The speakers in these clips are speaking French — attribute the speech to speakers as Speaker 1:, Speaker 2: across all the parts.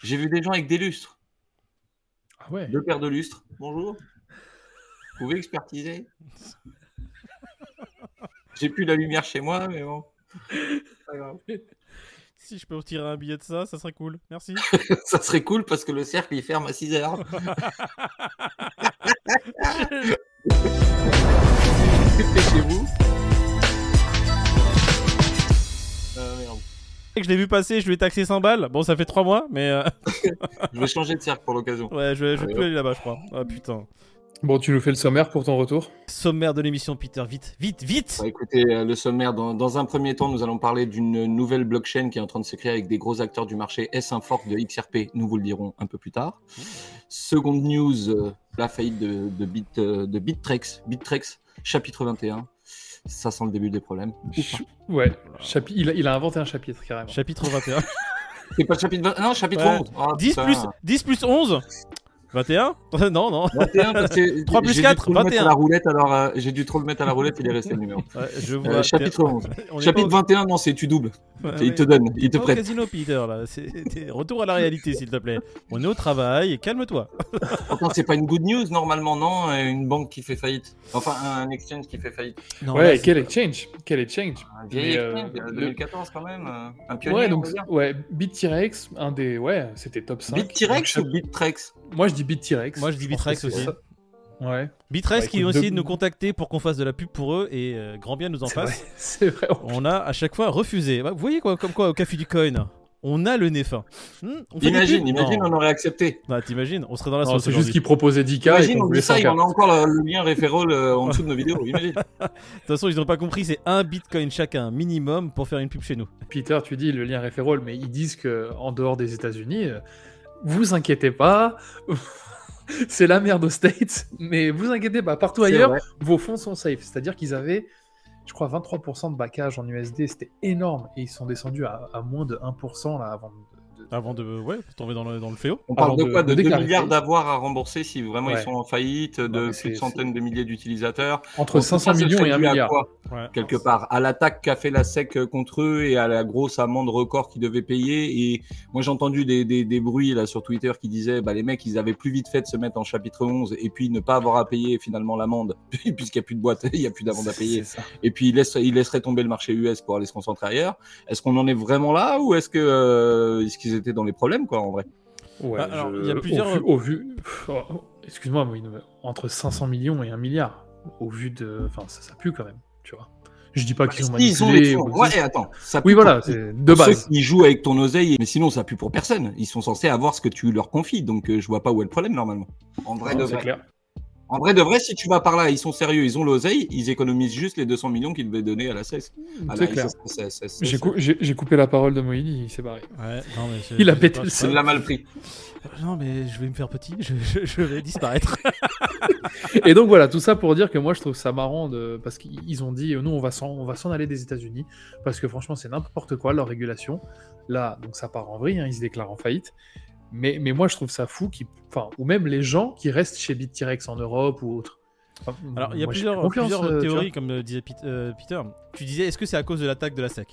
Speaker 1: J'ai vu des gens avec des lustres,
Speaker 2: Ah ouais.
Speaker 1: deux paires de lustres. Bonjour. Vous pouvez expertiser J'ai plus la lumière chez moi, mais bon. Pas grave.
Speaker 2: Si je peux retirer un billet de ça, ça serait cool. Merci.
Speaker 1: Ça serait cool parce que le cercle il ferme à 6 heures. chez vous. Euh, merde.
Speaker 2: que je l'ai vu passer, je lui ai taxé 100 balles. Bon, ça fait 3 mois, mais euh,
Speaker 1: Je vais changer de cercle pour l'occasion.
Speaker 2: ouais, je, je vais plus aller là-bas, je crois. Ah putain.
Speaker 3: Bon, tu nous fais le sommaire pour ton retour.
Speaker 2: Sommaire de l'émission, Peter. Vite, vite, vite.
Speaker 1: Bah, écoutez, euh, le sommaire, dans, dans un premier temps, nous allons parler d'une nouvelle blockchain qui est en train de se créer avec des gros acteurs du marché. Est-ce un fork de XRP Nous vous le dirons un peu plus tard. Seconde news, euh, la faillite de, de, Bit, euh, de Bittrex, Bittrex, chapitre 21. Ça sent le début des problèmes.
Speaker 3: Ch- ouais, chapi- il, a, il a inventé un chapitre carrément.
Speaker 2: Chapitre 21.
Speaker 1: C'est pas le chapitre 20 Non, chapitre
Speaker 2: Ouais.
Speaker 1: 11. Ah,
Speaker 2: 10
Speaker 1: putain.
Speaker 2: plus, 10 plus 11 21 Non, non.
Speaker 1: 21, parce que
Speaker 2: 3 plus
Speaker 1: j'ai dû
Speaker 2: 4,
Speaker 1: trop le mettre
Speaker 2: 21.
Speaker 1: à la roulette, alors euh, j'ai dû trop le mettre à la roulette, il est resté le numéro.
Speaker 2: Ouais, je
Speaker 1: Euh,
Speaker 2: vois.
Speaker 1: chapitre 11.
Speaker 2: On est
Speaker 1: Chapitre
Speaker 2: pas Ah
Speaker 1: 21, non, c'est tu doubles.
Speaker 2: au- Ouais,
Speaker 1: il
Speaker 2: ouais.
Speaker 1: te donne, il te
Speaker 2: Pas au
Speaker 1: prête.
Speaker 2: casino, Peter, là. C'est- t'es- Retour à la réalité, s'il te plaît. On est au travail, calme-toi.
Speaker 1: Pourtant, c'est pas une good news, normalement, non euh, Une banque qui fait faillite. Enfin, un exchange qui fait faillite.
Speaker 2: Non,
Speaker 3: Ouais,
Speaker 2: là, c'est-
Speaker 3: quel exchange Quel exchange
Speaker 1: Un vieil
Speaker 3: Mais, euh,
Speaker 1: exchange, euh,
Speaker 3: le-
Speaker 1: 2014 quand même. euh, Un pionnier,
Speaker 3: Ouais,
Speaker 1: on
Speaker 3: donc
Speaker 1: va dire.
Speaker 3: ouais, Bit-T-Rex, un des ouais, c'était top 5.
Speaker 1: Bit T-Rex ou Bit Trex
Speaker 3: Moi je dis Bit-T-Rex.
Speaker 2: Moi, je dis
Speaker 3: pense
Speaker 2: Bit-T-Rex
Speaker 3: que c'est
Speaker 2: aussi.
Speaker 3: ça. Ouais.
Speaker 2: Bitress
Speaker 3: Bah,
Speaker 2: qui
Speaker 3: écoute,
Speaker 2: ont essayé de
Speaker 3: deux-
Speaker 2: nous contacter pour qu'on fasse de la pub pour eux et euh, grand bien nous en
Speaker 3: C'est vrai,
Speaker 2: fasse.
Speaker 3: c'est vrai.
Speaker 2: On a à chaque fois refusé. Bah, vous voyez quoi, comme quoi au café du coin, on a le nez fin. Hmm, on fait des
Speaker 1: Imagine,
Speaker 2: pubs
Speaker 1: imagine,
Speaker 2: Non.
Speaker 1: on aurait accepté.
Speaker 2: Bah, t'imagines, on serait dans la
Speaker 3: Non,
Speaker 2: sauce.
Speaker 3: C'est juste
Speaker 2: aujourd'hui.
Speaker 3: qu'il proposait 10K et
Speaker 1: Imagine,
Speaker 3: qu'on
Speaker 1: on
Speaker 3: voulait
Speaker 1: dit ça, il y
Speaker 3: 100K.
Speaker 1: en a encore le, le lien référent euh, en dessous de nos vidéos, imagine.
Speaker 2: De toute façon, ils n'ont pas compris, c'est un bitcoin chacun minimum pour faire une pub chez nous.
Speaker 3: Peter, tu dis le lien référol, mais ils disent que en dehors des États-Unis, euh, vous inquiétez pas, c'est la merde aux States, mais vous inquiétez pas, partout
Speaker 1: C'est
Speaker 3: ailleurs,
Speaker 1: vrai.
Speaker 3: vos fonds sont safe. C'est-à-dire qu'ils avaient, je crois, 23% de backage en USD, c'était énorme, et ils sont descendus à, à moins de 1% là avant. de- de-
Speaker 2: Avant de ouais, tomber dans le, dans le fléau.
Speaker 1: On parle
Speaker 3: Avant
Speaker 1: de
Speaker 3: de-
Speaker 1: quoi
Speaker 3: de
Speaker 1: De 2
Speaker 3: déclarer
Speaker 1: milliards
Speaker 3: faillite.
Speaker 1: d'avoirs à rembourser si vraiment ils
Speaker 3: Ouais.
Speaker 1: sont en faillite,
Speaker 3: Non,
Speaker 1: de
Speaker 3: mais
Speaker 1: plus de
Speaker 3: c'est-
Speaker 1: centaines de milliers d'utilisateurs.
Speaker 3: Entre
Speaker 1: Donc,
Speaker 3: 500
Speaker 1: ça, ça
Speaker 3: millions
Speaker 1: serait
Speaker 3: et 1
Speaker 1: dû à
Speaker 3: milliard.
Speaker 1: quoi
Speaker 2: Ouais.
Speaker 1: quelque part, à l'attaque qu'a fait la SEC euh, contre eux et à la grosse amende record qu'ils devaient payer. Et moi, j'ai entendu des, des, des bruits là sur Twitter qui disaient bah, les mecs, ils avaient plus vite fait de se mettre en chapitre 11 et puis ne pas avoir à payer finalement l'amende, puisqu'il n'y a plus de boîte, il n'y a plus d'amende à payer.
Speaker 3: C'est ça.
Speaker 1: Et puis, ils laisseraient, ils laisseraient tomber le marché US pour aller se concentrer ailleurs. Est-ce qu'on en est vraiment là ou est-ce que euh, est-ce qu'ils étaient dans les problèmes, quoi, en vrai
Speaker 3: Ouais,
Speaker 2: Bah, alors,
Speaker 3: je-
Speaker 2: il y a
Speaker 3: au
Speaker 2: plusieurs-
Speaker 3: vu- Au vu, pff, oh, oh, excuse-moi, mais une- entre 500 millions et 1 milliard, au vu de. Enfin, ça, ça pue quand même, tu vois. Je dis pas qu'ils ont
Speaker 1: Bah, Ils ont
Speaker 3: manipulé
Speaker 1: les
Speaker 3: ou
Speaker 1: fonds.
Speaker 3: quoi que ce
Speaker 1: Ouais, attends. Ça
Speaker 3: Oui,
Speaker 1: pue
Speaker 3: voilà,
Speaker 1: pour-
Speaker 3: c'est de
Speaker 1: Pour
Speaker 3: base.
Speaker 1: Ceux qui jouent avec ton oseille, mais sinon ça pue pour personne. Ils sont censés avoir ce que tu leur confies, donc euh, je vois pas où est le problème normalement. En vrai, de
Speaker 3: C'est
Speaker 1: vrai.
Speaker 3: clair.
Speaker 1: En vrai, de vrai, si tu vas par là, ils sont sérieux, ils ont l'oseille, ils économisent juste les 200 millions qu'ils devaient donner à la CES. À la
Speaker 3: C'est clair.
Speaker 1: SSSS.
Speaker 3: J'ai cou- j'ai- j'ai coupé la parole de Moïni, il s'est barré.
Speaker 2: Ouais, non, mais je-
Speaker 3: Il a
Speaker 2: je-
Speaker 3: pété
Speaker 2: je-
Speaker 3: le
Speaker 1: On l'a mal pris.
Speaker 2: Non, mais je vais me faire petit, je, je- je vais disparaître.
Speaker 3: Et donc voilà, tout ça pour dire que moi je trouve ça marrant de... parce qu'ils ont dit euh, nous on va s'en on va s'en aller des États-Unis parce que franchement c'est n'importe quoi leur régulation. Là donc ça part en vrille, hein, ils se déclarent en faillite. Mais, mais moi je trouve ça fou qu'ils- enfin ou même les gens qui restent chez BitTirex en Europe ou autre. Enfin,
Speaker 2: Alors, il y a
Speaker 3: moi, j'ai
Speaker 2: plusieurs,
Speaker 3: confiance,
Speaker 2: plusieurs
Speaker 3: euh, tu vois.
Speaker 2: théories, comme le disait Pete- euh, Peter. Tu disais, est-ce que c'est à cause de l'attaque de la SEC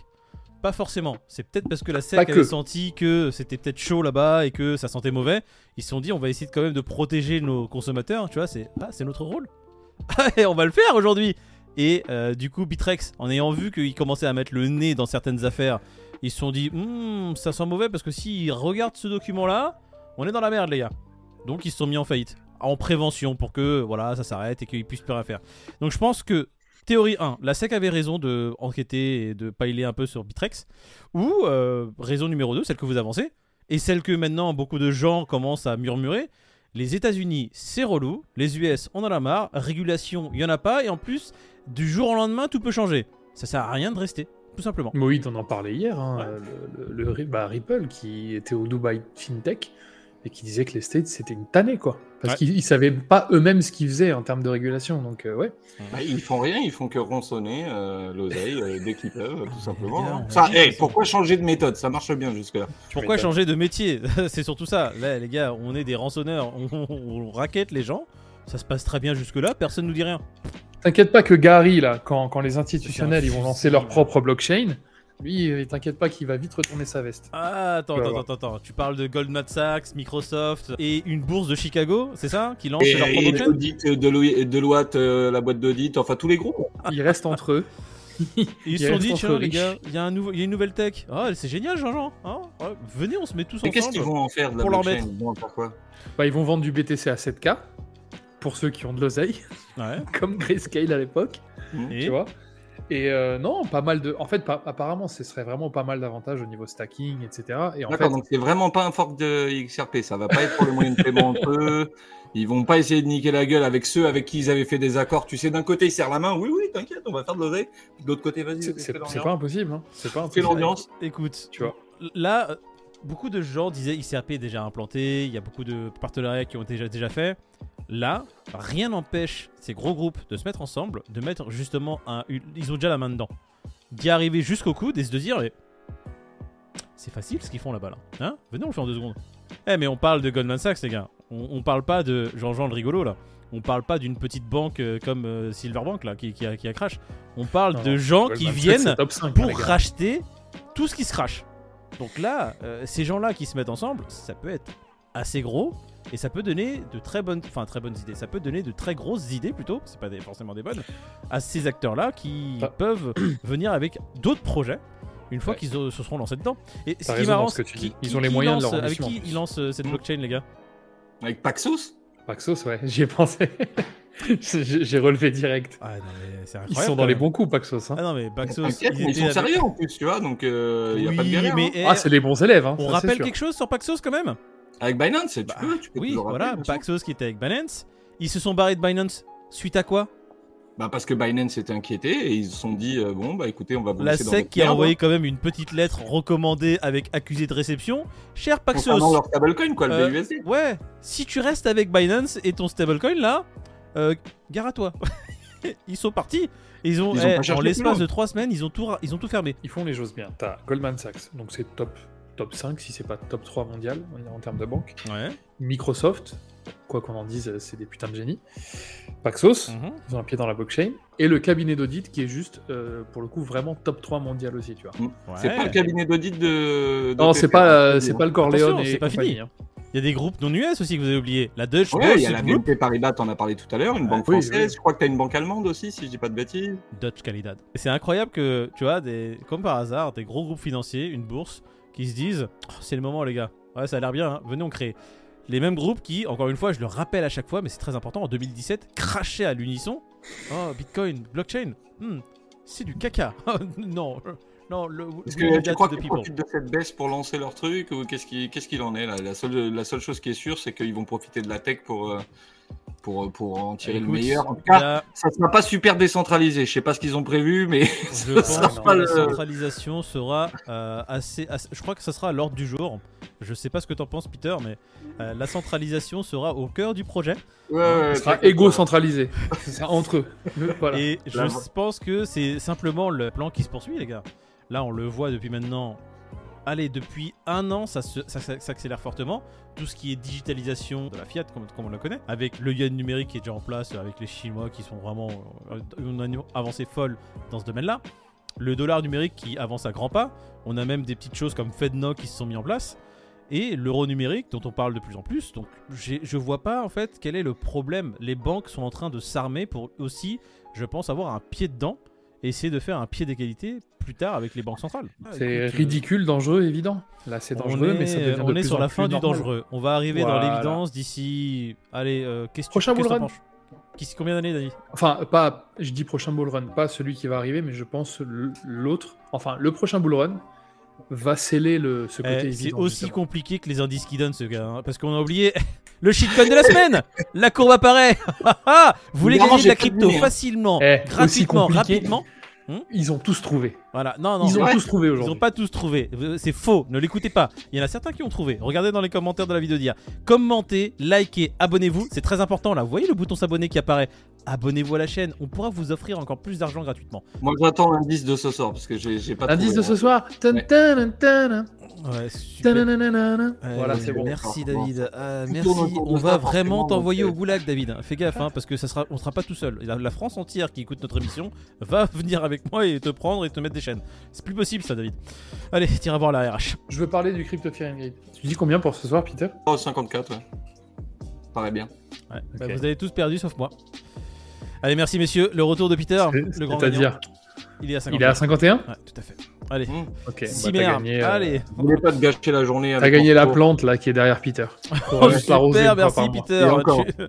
Speaker 2: Pas forcément. C'est peut-être parce que la SEC
Speaker 3: Pas
Speaker 2: avait
Speaker 3: que.
Speaker 2: senti que c'était peut-être chaud là-bas et que ça sentait mauvais. Ils se sont dit, on va essayer de- quand même de protéger nos consommateurs. Tu vois, c'est ah, c'est notre rôle. et on va le faire aujourd'hui. Et euh, du coup, Bitrex, en ayant vu qu'ils commençaient à mettre le nez dans certaines affaires, ils se sont dit, Hmm, ça sent mauvais parce que s'ils regardent ce document-là, on est dans la merde, les gars. Donc ils se sont mis en faillite, en prévention pour que voilà, ça s'arrête et qu'ils puissent plus rien faire. Donc je pense que théorie 1, la SEC avait raison de enquêter et de piler un peu sur Bitrex ou euh, raison numéro 2, celle que vous avancez et celle que maintenant beaucoup de gens commencent à murmurer, les États-Unis, c'est relou, les US, on en a marre, régulation, il y en a pas et en plus, du jour au lendemain, tout peut changer. Ça sert à rien de rester, tout simplement.
Speaker 3: Moïd, on en parlait hier, hein,
Speaker 2: Ouais.
Speaker 3: euh, le, le- le- bah, Ripple qui était au Dubai FinTech et qui disait que les States c'était une tannée quoi. Parce
Speaker 2: Ouais.
Speaker 3: qu'ils ils savaient pas eux-mêmes ce qu'ils faisaient en termes de régulation. Donc euh, ouais.
Speaker 1: Bah, ils font rien, ils font que ronçonner euh, l'oseille euh, dès qu'ils peuvent, tout simplement.
Speaker 2: bien,
Speaker 1: hein.
Speaker 2: on
Speaker 1: Ça,
Speaker 2: dit,
Speaker 1: hey,
Speaker 2: c'est-
Speaker 1: pourquoi changer de méthode Ça marche bien jusque-là.
Speaker 2: Pourquoi
Speaker 3: m'étonnes.
Speaker 2: changer de métier C'est surtout ça. Là, les gars, on est des rançonneurs, on, on- on raquette les gens. Ça se passe très bien jusque-là, personne nous dit rien.
Speaker 3: T'inquiète pas que Gary, là, quand, quand les institutionnels
Speaker 2: C'est un
Speaker 3: ils vont
Speaker 2: fusil,
Speaker 3: lancer leur
Speaker 2: ouais.
Speaker 3: propre blockchain, Lui, il t'inquiète pas qu'il va vite retourner sa veste.
Speaker 2: Ah, attends,
Speaker 1: Bah,
Speaker 3: Tu vas
Speaker 2: attends,
Speaker 3: voir.
Speaker 2: attends, attends. Tu parles de Goldman Sachs, Microsoft et une bourse de Chicago, c'est ça Qui lance
Speaker 1: Et,
Speaker 2: leur
Speaker 1: et
Speaker 2: propre chaîne
Speaker 1: l'audit de Deloitte, Deloitte, euh, la boîte d'audit, enfin tous les gros.
Speaker 2: Ah.
Speaker 3: Ils restent entre eux.
Speaker 2: Ils
Speaker 3: il
Speaker 2: se sont
Speaker 3: reste
Speaker 2: dit,
Speaker 3: entre
Speaker 2: tiens, les
Speaker 3: riches.
Speaker 2: gars, il y, a un nouveau- il y a une nouvelle tech. Ah, c'est génial, Jean-Jean. hein Ouais, venez, on se met tous
Speaker 1: Mais qu'est-ce qu'ils
Speaker 2: ensemble.
Speaker 1: vont en faire de la
Speaker 2: Pour leur
Speaker 1: blockchain Non, Pourquoi
Speaker 3: Bah, ils vont vendre du BTC à 7K pour ceux qui ont de l'oseille,
Speaker 2: Ouais.
Speaker 3: comme Grayscale à l'époque,
Speaker 2: Et
Speaker 3: tu vois. Et euh, non, pas mal de. En fait, pas- apparemment, ce serait vraiment pas mal d'avantages au niveau stacking, etc. Et en
Speaker 1: D'accord,
Speaker 3: fait,
Speaker 1: donc c'est vraiment pas un fork de XRP, ça va pas être pour les moyens de paiement entre eux. Ils vont pas essayer de niquer la gueule avec ceux avec qui ils avaient fait des accords. Tu sais, d'un côté ils serrent la main, oui, oui, t'inquiète, on va faire de l'oseille. De l'autre côté, vas-y,
Speaker 3: c'est-
Speaker 1: fais
Speaker 3: c'est c'est
Speaker 1: l'ambiance.
Speaker 3: pas impossible. hein. C'est pas
Speaker 1: Fais
Speaker 3: impossible.
Speaker 1: l'ambiance.
Speaker 2: écoute,
Speaker 3: Tu vois.
Speaker 2: là, euh, beaucoup de gens disaient XRP est déjà implanté, il y a beaucoup de partenariats qui ont été déjà, déjà faits. Là, rien n'empêche ces gros groupes de se mettre ensemble, de mettre justement un. une- Ils ont déjà la main dedans. D'y arriver jusqu'au coude et se de dire mais, c'est facile ce qu'ils font là-bas là. Hein Venez, on le fait en deux secondes. Eh, mais on parle de Goldman Sachs, les gars. On, on parle pas de Jean-Jean le rigolo là. On parle pas d'une petite banque euh, comme euh, Silverbank là qui, qui a, qui a crash. On parle
Speaker 3: Non,
Speaker 2: de gens
Speaker 3: Goldman
Speaker 2: qui
Speaker 3: Sachs,
Speaker 2: viennent
Speaker 3: c'est top 5, hein,
Speaker 2: pour
Speaker 3: les gars.
Speaker 2: racheter tout ce qui se crache. Donc là, euh, ces gens-là qui se mettent ensemble, ça peut être assez gros et ça peut donner de très bonnes, enfin très bonnes idées. Ça peut donner de très grosses idées plutôt, c'est pas des- forcément des bonnes, à ces acteurs-là qui
Speaker 3: T'as-
Speaker 2: peuvent venir avec d'autres projets une fois
Speaker 3: Ah.
Speaker 2: qu'ils
Speaker 3: Ouais.
Speaker 2: se seront lancés dedans. Et ce qui est
Speaker 3: raison dans
Speaker 2: marrant,
Speaker 3: ce que
Speaker 2: c'est
Speaker 3: tu
Speaker 2: qui-
Speaker 3: dis.
Speaker 2: qui-
Speaker 3: Ils ont les
Speaker 2: qui
Speaker 3: moyens de
Speaker 2: lance-
Speaker 3: leur
Speaker 2: Avec
Speaker 3: ambition,
Speaker 2: qui
Speaker 3: en
Speaker 2: ils lancent euh, cette
Speaker 1: Mm.
Speaker 2: blockchain, les gas
Speaker 1: Avec Paxos
Speaker 3: Paxos, ouais, j'y ai pensé. J'ai j'ai relevé direct.
Speaker 2: Ah non, mais c'est
Speaker 3: Ils
Speaker 2: incroyable.
Speaker 3: sont
Speaker 2: quand
Speaker 3: dans les
Speaker 2: même.
Speaker 3: bons coups, Paxos. hein.
Speaker 2: Ah non, mais Baxos.
Speaker 1: T'inquiète, mais ils sont sérieux en plus, tu vois, donc euh, il y a pas de galère.
Speaker 2: mais
Speaker 1: hein.
Speaker 2: eh,
Speaker 3: Ah, c'est les bons élèves. Hein,
Speaker 2: on
Speaker 3: ça, c'est
Speaker 2: rappelle
Speaker 3: sûr.
Speaker 2: quelque chose sur Paxos quand même
Speaker 1: Avec Binance, tu peux, tu peux
Speaker 2: Bah, Oui,
Speaker 1: toujours
Speaker 2: voilà,
Speaker 1: appeler, bien sûr.
Speaker 2: Paxos qui était avec Binance. Ils se sont barrés de Binance suite à quoi
Speaker 1: Bah, parce que Binance était inquiété et ils se sont dit, euh, bon, bah écoutez, on va vous
Speaker 2: La
Speaker 1: laisser dans
Speaker 2: SEC
Speaker 1: votre
Speaker 2: qui a
Speaker 1: merde,
Speaker 2: envoyé
Speaker 1: hein,
Speaker 2: quand même une petite lettre recommandée avec accusé de réception. Cher
Speaker 1: concernant
Speaker 2: Paxos,
Speaker 1: leur stablecoin, quoi, le
Speaker 2: euh,
Speaker 1: BUSD.
Speaker 2: ouais, si tu restes avec Binance et ton stablecoin là, euh, gare à toi. ils sont partis. Ils ont,
Speaker 1: Ils ont
Speaker 2: eh,
Speaker 1: pas cherché
Speaker 2: en
Speaker 1: plus
Speaker 2: l'espace
Speaker 1: loin.
Speaker 2: de trois semaines, ils ont tout, ra- ils ont tout fermé.
Speaker 3: Ils font les choses bien. T'as Goldman Sachs, donc c'est top, top 5, si c'est pas top 3 mondial en en termes de banque.
Speaker 2: Ouais.
Speaker 3: Microsoft, quoi qu'on en dise, c'est des putains de génies. Paxos,
Speaker 2: Mm.
Speaker 3: ils ont un pied dans la blockchain. Et le cabinet d'audit qui est juste, euh, pour le coup, vraiment top 3 mondial aussi, tu vois.
Speaker 1: C'est pas le cabinet d'audit de. de
Speaker 3: Non, c'est
Speaker 1: TFR,
Speaker 3: pas,
Speaker 1: hein,
Speaker 3: euh,
Speaker 1: je te
Speaker 3: c'est
Speaker 1: dis,
Speaker 3: pas le Corleone
Speaker 2: Attention, c'est
Speaker 3: et
Speaker 2: pas
Speaker 3: compagnie,
Speaker 2: fini.
Speaker 3: hein.
Speaker 2: Il y a des groupes non US aussi que vous avez oublié. La Deutsche
Speaker 1: Ouais, il y a
Speaker 2: Börse
Speaker 1: la
Speaker 2: Group,
Speaker 1: BNP Paribas, t'en as parlé tout à l'heure, une
Speaker 3: Ah,
Speaker 1: banque
Speaker 3: oui, oui.
Speaker 1: française. Je crois que t'as une banque allemande aussi, si je dis pas de bêtises.
Speaker 2: Dutch Calidad. Et C'est incroyable que, tu vois, des, comme par hasard, des gros groupes financiers, une bourse, qui se disent Oh, c'est le moment, les gars. Ouais, ça a l'air bien, hein. venez, on crée. Les mêmes groupes qui, encore une fois, je le rappelle à chaque fois, mais c'est très important, en 2017, crachaient à l'unisson Oh, Bitcoin, blockchain, hmm, c'est du caca. non, euh, non, le.
Speaker 1: Est-ce
Speaker 2: we
Speaker 1: que tu
Speaker 2: need that
Speaker 1: crois
Speaker 2: to the
Speaker 1: qu'ils
Speaker 2: people.
Speaker 1: profitent de cette baisse pour lancer leur truc ou qu'est-ce qui- qu'est-ce qu'il en est là la seule, la seule chose qui est sûre, c'est qu'ils vont profiter de la tech pour, euh, pour, pour en tirer
Speaker 2: Écoute,
Speaker 1: le meilleur. En tout
Speaker 2: il y
Speaker 1: cas,
Speaker 2: a-
Speaker 1: ça sera pas super décentralisé. Je sais pas ce qu'ils ont prévu, mais
Speaker 2: Je
Speaker 1: Ça
Speaker 2: pense
Speaker 1: sera
Speaker 2: que
Speaker 1: pas
Speaker 2: la
Speaker 1: le-
Speaker 2: centralisation sera euh, assez, assez- Je crois que ça sera à l'ordre du jour. Je sais pas ce que t'en penses, Peter, mais euh, la centralisation sera au cœur du projet.
Speaker 3: Ce
Speaker 1: ouais,
Speaker 3: sera égo-centralisé. Ce sera entre eux. Voilà.
Speaker 2: Et je
Speaker 1: La-
Speaker 2: pense que c'est simplement le plan qui se poursuit, les gars. Là, on le voit depuis maintenant. Allez, depuis un an, ça se- ça s'ac- s'accélère fortement. Tout ce qui est digitalisation de la Fiat, comme, comme on la connaît, avec le yuan numérique qui est déjà en place, avec les Chinois qui sont vraiment. euh, On a une avancée folle dans ce domaine-là. Le dollar numérique qui avance à grands pas. On a même des petites choses comme FedNow qui se sont mis en place. Et l'euro numérique dont on parle de plus en plus. Donc, j'ai- je vois pas en fait quel est le problème. Les banques sont en train de s'armer pour aussi je pense avoir un pied dedans et essayer de faire un pied d'égalité plus tard avec les banques centrales.
Speaker 3: C'est ridicule, dangereux, évident. Là, c'est
Speaker 2: On
Speaker 3: dangereux,
Speaker 2: est,
Speaker 3: mais ça devient de
Speaker 2: on est
Speaker 3: plus
Speaker 2: sur
Speaker 3: en
Speaker 2: la
Speaker 3: plus
Speaker 2: fin du
Speaker 3: normal.
Speaker 2: dangereux. On va arriver dans
Speaker 3: Voilà.
Speaker 2: l'évidence d'ici. Allez, euh, qu'est-ce que
Speaker 3: Prochain
Speaker 2: qu'est-ce que t'en
Speaker 3: bullrun.
Speaker 2: penses Qu'est-ce- Combien d'années, Dani
Speaker 3: Enfin, pas, je dis prochain bull run, pas celui qui va arriver, mais je pense l- l'autre. Enfin, le prochain bull run va sceller le, ce côté
Speaker 2: Eh, C'est
Speaker 3: évident,
Speaker 2: aussi
Speaker 3: justement.
Speaker 2: compliqué que les indices qu'il donne, ce gars. hein, parce qu'on a oublié le shitcoin de la semaine La courbe apparaît Ah, Vous voulez
Speaker 1: Non,
Speaker 2: gagner de
Speaker 1: j'ai
Speaker 2: la
Speaker 1: pas de
Speaker 2: crypto
Speaker 1: lumière.
Speaker 2: facilement,
Speaker 3: Eh, aussi
Speaker 2: gratuitement,
Speaker 3: compliqué.
Speaker 2: rapidement
Speaker 3: Ils ont tous trouvé.
Speaker 2: Voilà, non, non.
Speaker 3: Ils ont
Speaker 1: ouais.
Speaker 3: tous trouvé
Speaker 2: Ils
Speaker 3: aujourd'hui.
Speaker 2: n'ont pas tous trouvé. Euh, C'est faux. Ne l'écoutez pas. Il y en a certains qui ont trouvé. Regardez dans les commentaires de la vidéo d'hier. Commentez, likez, abonnez-vous. C'est très important là. Vous voyez le bouton s'abonner qui apparaît abonnez-vous à la chaîne. On pourra vous offrir encore plus d'argent gratuitement.
Speaker 1: Moi, j'attends l'indice de ce soir parce que j'ai j'ai pas
Speaker 3: Indice de
Speaker 1: trouvé,
Speaker 3: ce soir. Tan,
Speaker 1: Ouais.
Speaker 3: tan, tan,
Speaker 2: Ouais, super.
Speaker 3: tan, tan, tan, tan.
Speaker 2: Ouais,
Speaker 3: Voilà,
Speaker 2: ouais,
Speaker 3: c'est bon.
Speaker 2: Merci
Speaker 1: Franchement,
Speaker 2: David. Ah,
Speaker 1: tout
Speaker 2: merci.
Speaker 1: tourne autour de
Speaker 2: On
Speaker 1: ça,
Speaker 2: va vraiment
Speaker 1: forcément,
Speaker 2: t'envoyer
Speaker 1: donc, euh,
Speaker 2: au goulag, David. Fais gaffe, hein, parce que ça sera, on sera pas tout seul. La, la France entière qui écoute notre émission va venir avec moi et te prendre et te mettre des chaînes. C'est plus possible ça, David. Allez, tire à voir la RH.
Speaker 3: Je veux parler du Crypto Fahrenheit. Tu dis combien pour ce soir, Peter
Speaker 1: Oh, 54, ouais. Paraît bien.
Speaker 2: Ouais. Bah,
Speaker 3: Ok.
Speaker 2: vous avez tous perdu sauf moi. Allez, merci messieurs. Le retour de Peter, le grand gagnant.
Speaker 3: C'est-à-dire,
Speaker 2: Il est à 50.
Speaker 3: il est à 51
Speaker 2: Ouais, tout à fait.
Speaker 3: Ok, bah,
Speaker 2: Cimer,
Speaker 3: t'as gagné, euh,
Speaker 2: Allez.
Speaker 1: Vous voulez pas te gâcher la journée
Speaker 3: T'as
Speaker 1: avec
Speaker 3: gagné
Speaker 1: mon
Speaker 3: la
Speaker 1: concours.
Speaker 3: plante là qui est derrière Peter. On
Speaker 2: Oh,
Speaker 3: va juste l'arroser
Speaker 2: super,
Speaker 3: une fois
Speaker 2: merci
Speaker 3: par mois.
Speaker 2: Peter.
Speaker 1: Et encore.
Speaker 2: Tu,
Speaker 1: Et
Speaker 2: tu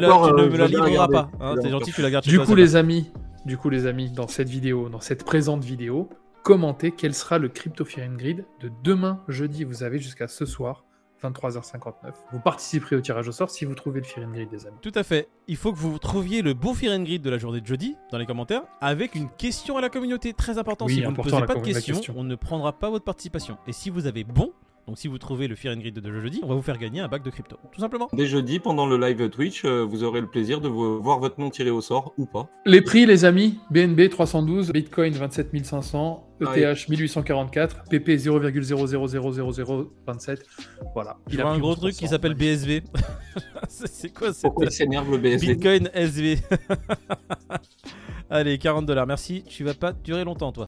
Speaker 2: la-
Speaker 1: encore,
Speaker 2: tu
Speaker 1: euh, je
Speaker 2: ne me la
Speaker 1: veux bien
Speaker 2: livreras
Speaker 1: regarder.
Speaker 2: pas. hein.
Speaker 1: Je veux
Speaker 2: T'es
Speaker 1: bien
Speaker 2: gentil, tu la gardes chez
Speaker 3: Du
Speaker 2: toi,
Speaker 3: coup,
Speaker 2: ça
Speaker 3: les amis, du coup, les amis, dans cette vidéo, dans cette présente vidéo, commentez quel sera le Crypto Fear and Greed de demain jeudi. Vous avez jusqu'à ce soir, 23h59. Vous participerez au tirage au sort si vous trouvez le Fear and Greed, des amis.
Speaker 2: Tout à fait. Il faut que vous trouviez le bon Fear and Greed de la journée de jeudi dans les commentaires avec une question à la communauté. Très important.
Speaker 3: Oui,
Speaker 2: si vous
Speaker 3: important,
Speaker 2: ne
Speaker 3: la
Speaker 2: posez pas de
Speaker 3: com- la
Speaker 2: questions,
Speaker 3: question.
Speaker 2: on ne prendra pas votre participation. Et si vous avez bon, donc si vous trouvez le Fear and Greed de jeudi, on va vous faire gagner un bac de crypto. Tout simplement.
Speaker 1: Dès jeudi, pendant le live Twitch, euh, vous aurez le plaisir de vo- voir votre nom tiré au sort ou pas.
Speaker 3: Les prix, les amis, BNB 312, Bitcoin 27500,
Speaker 2: Ah
Speaker 3: ETH
Speaker 1: Ouais.
Speaker 3: 1844, PP 0,0000027. Voilà.
Speaker 2: Il a un
Speaker 3: pris
Speaker 2: gros
Speaker 3: 11%.
Speaker 2: truc qui s'appelle BSV. C'est- C'est quoi cette
Speaker 1: Pourquoi il s'énerve le BSD
Speaker 2: Bitcoin SV Allez, 40 dollars. Merci. Tu vas pas durer longtemps, toi.